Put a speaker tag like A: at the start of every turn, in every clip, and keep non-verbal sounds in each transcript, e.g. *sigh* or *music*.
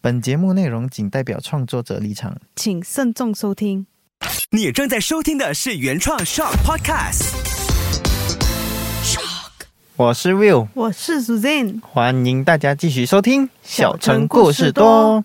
A: 本节目内容仅代表创作者立场。
B: 请慎重收听。
C: 你正在收听的是原创 Shock Podcast。
A: 我是 Will，
B: 我是 Suzanne，
A: 欢迎大家继续收听《
B: 小城故事多》。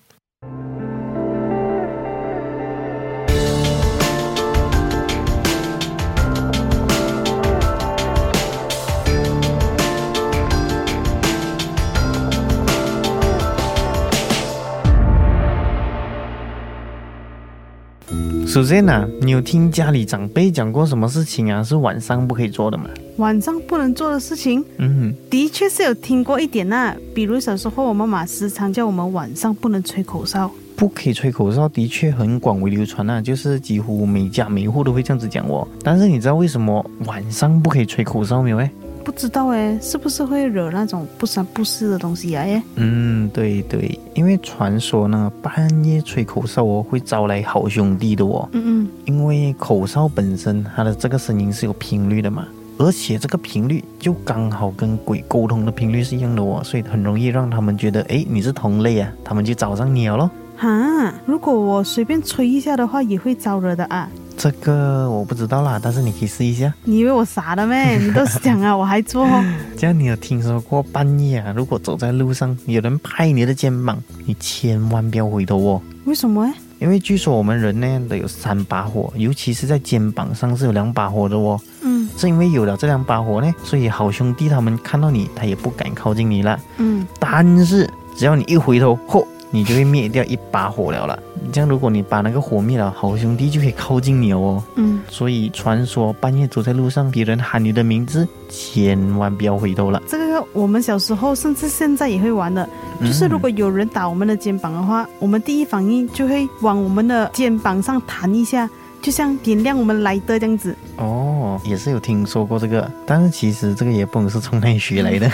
A: Susanna，你有听家里长辈讲过什么事情啊？是晚上不可以做的吗？
B: 晚上不能做的事情，
A: 嗯，
B: 的确是有听过一点呐、比如小时候，我妈妈时常叫我们晚上不能吹口哨。
A: 不可以吹口哨，的确很广为流传啊，就是几乎每家每户都会这样子讲哦。但是你知道为什么晚上不可以吹口哨没有？哎，
B: 不知道哎，是不是会惹那种不三不四的东西来哎？
A: 嗯，对对，因为传说呢，半夜吹口哨哦，会招来好兄弟的哦。
B: 嗯
A: 因为口哨本身它的这个声音是有频率的嘛，而且这个频率就刚好跟鬼沟通的频率是一样的哦，所以很容易让他们觉得，诶，你是同类啊，他们就找上你了咯。
B: 嗯，哈，如果我随便吹一下的话，也会招惹的啊。
A: 这个我不知道啦，但是你可以试一下。
B: 你以为我傻的咩？你都想啊，我还 *laughs* 做。
A: 这样你有听说过半夜啊，如果走在路上有人拍你的肩膀，你千万不要回头哦。
B: 为什么哎？
A: 因为据说我们人呢都有三把火，尤其是在肩膀上是有两把火的哦。
B: 嗯
A: 正因为有了这两把火呢，所以好兄弟他们看到你，他也不敢靠近你了。
B: 嗯，
A: 但是只要你一回头，嚯，你就会灭掉一把火了啦。这样如果你把那个火灭了，好兄弟就可以靠近你了哦。
B: 嗯，
A: 所以传说半夜走在路上，别人喊你的名字，千万不要回头了。
B: 这个我们小时候甚至现在也会玩的，就是如果有人打我们的肩膀的话，我们第一反应就会往我们的肩膀上弹一下，就像点亮我们来的这样子。
A: 哦，也是有听说过这个，但是其实这个也不能是从哪里学来的。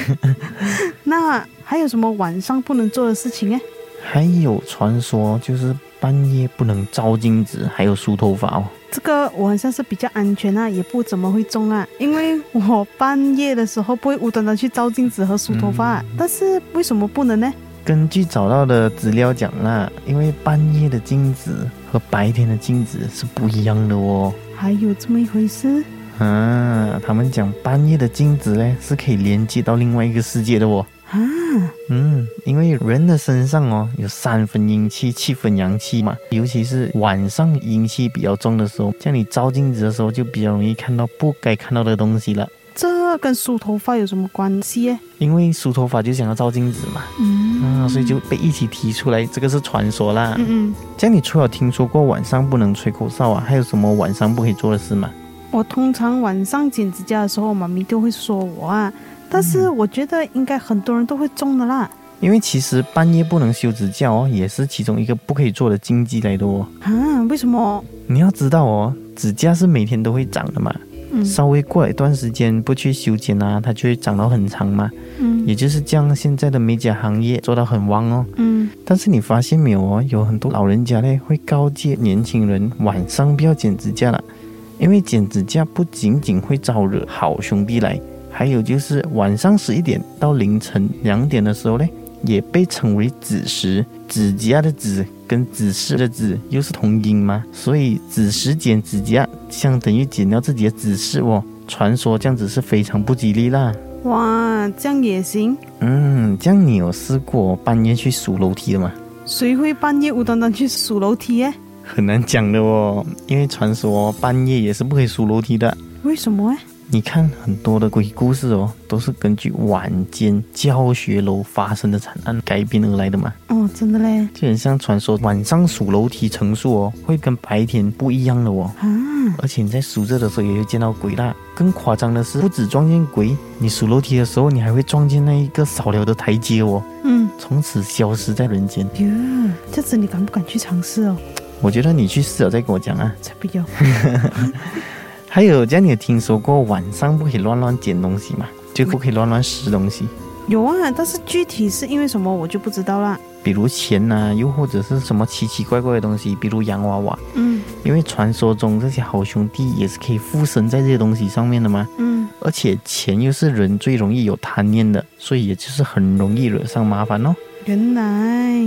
B: 那还有什么晚上不能做的事情哎？
A: *laughs* 还有传说就是半夜不能照镜子，还有梳头发哦。
B: 这个我好像是比较安全啊，也不怎么会中啊，因为我半夜的时候不会无端端去照镜子和梳头发、啊。但是为什么不能呢？
A: 根据找到的资料讲啦，因为半夜的镜子和白天的镜子是不一样的哦。
B: 还有这么一回事？
A: 啊，他们讲半夜的镜子呢是可以连接到另外一个世界的哦。
B: 啊，
A: 嗯，因为人的身上哦有三分阴气，七分阳气嘛，尤其是晚上阴气比较重的时候，像你照镜子的时候就比较容易看到不该看到的东西了。
B: 这跟梳头发有什么关系哎？
A: 因为梳头发就想要照镜子嘛，
B: 嗯
A: 啊，所以就被一起提出来，这个是传说啦。
B: 嗯嗯。
A: 这样你除了听说过晚上不能吹口哨啊，还有什么晚上不可以做的事吗？
B: 我通常晚上剪指甲的时候，妈咪都会说我啊，但是我觉得应该很多人都会中的啦。
A: 因为其实半夜不能修指甲哦，也是其中一个不可以做的禁忌来的哦。
B: 啊，为什么？
A: 你要知道哦，指甲是每天都会长的嘛，
B: 嗯
A: 稍微过了一段时间不去修剪啊，它就会长到很长嘛。
B: 嗯
A: 也就是这样，现在的美甲行业做到很旺哦。
B: 嗯，
A: 但是你发现没有哦，有很多老人家呢会告诫年轻人晚上不要剪指甲了，因为剪指甲不仅仅会招惹好兄弟来，还有就是晚上十一点到凌晨两点的时候呢，也被称为子时，指甲的指跟指示的指又是同音嘛，所以子时剪指甲相等于剪掉自己的指示哦。传说这样子是非常不吉利啦。
B: 哇，这样也行？
A: 嗯，这样你有试过半夜去数楼梯的吗？
B: 谁会半夜无端端去数楼梯耶？
A: 很难讲的哦，因为传说半夜也是不可以数楼梯的。
B: 为什么哎？
A: 你看很多的鬼故事哦，都是根据晚间教学楼发生的惨案改编而来的嘛。
B: 哦，真的嘞。
A: 就很像传说晚上数楼梯层数哦，会跟白天不一样的哦。
B: 啊，
A: 而且你在数着的时候也会见到鬼啦。更夸张的是，不止撞见鬼，你数楼梯的时候，你还会撞见那一个少了的台阶哦，
B: 嗯，
A: 从此消失在人间。
B: 哟，这次你敢不敢去尝试哦？
A: 我觉得你去试了再跟我讲啊。
B: 才不要。 *laughs*
A: 还有，这样你有听说过晚上不可以乱乱捡东西吗？就不可以乱乱拾东西，
B: 有啊，但是具体是因为什么我就不知道啦。
A: 比如钱呐、啊又或者是什么奇奇怪怪的东西，比如洋娃娃。
B: 嗯
A: 因为传说中这些好兄弟也是可以附身在这些东西上面的嘛。
B: 嗯，
A: 而且钱又是人最容易有贪念的，所以也就是很容易惹上麻烦哦。
B: 原来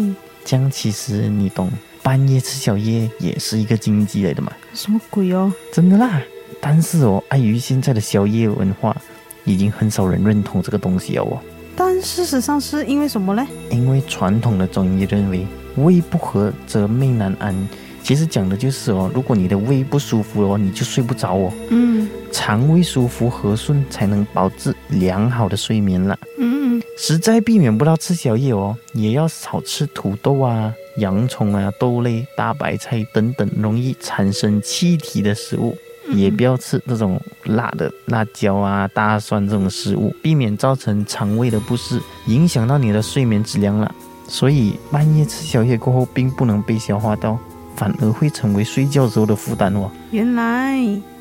A: 这样其实你懂，半夜吃宵夜也是一个禁忌来的嘛，
B: 什么鬼哦？
A: 真的啦。但是哦，碍于现在的宵夜文化，已经很少人认同这个东西了哦。
B: 但事实上是因为什么嘞？
A: 因为传统的中医认为胃不和则命难安，其实讲的就是哦，如果你的胃不舒服哦，你就睡不着哦，
B: 嗯
A: 肠胃舒服和顺才能保质良好的睡眠啦。
B: 嗯嗯，
A: 实在避免不到吃宵夜哦，也要少吃土豆啊、洋葱啊、豆类、大白菜等等容易产生气体的食物。也不要吃那种辣的辣椒啊、大蒜这种食物，避免造成肠胃的不适，影响到你的睡眠质量了。所以半夜吃宵夜过后，并不能被消化掉，反而会成为睡觉时候的负担哦。
B: 原来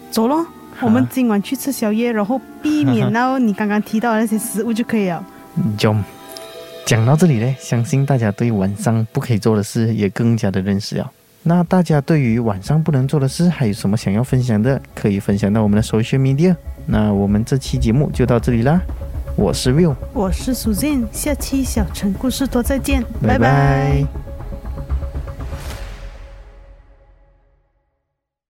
B: 走咯，我们今晚去吃宵夜，然后避免到你刚刚提到的那些食物就可以了。
A: 就讲到这里呢，相信大家对晚上不可以做的事也更加的认识了。那大家对于晚上不能做的事还有什么想要分享的，可以分享到我们的 social media。那我们这期节目就到这里啦，我是 Will，
B: 我是苏健，下期小城故事多再见，
A: 拜拜
B: 拜拜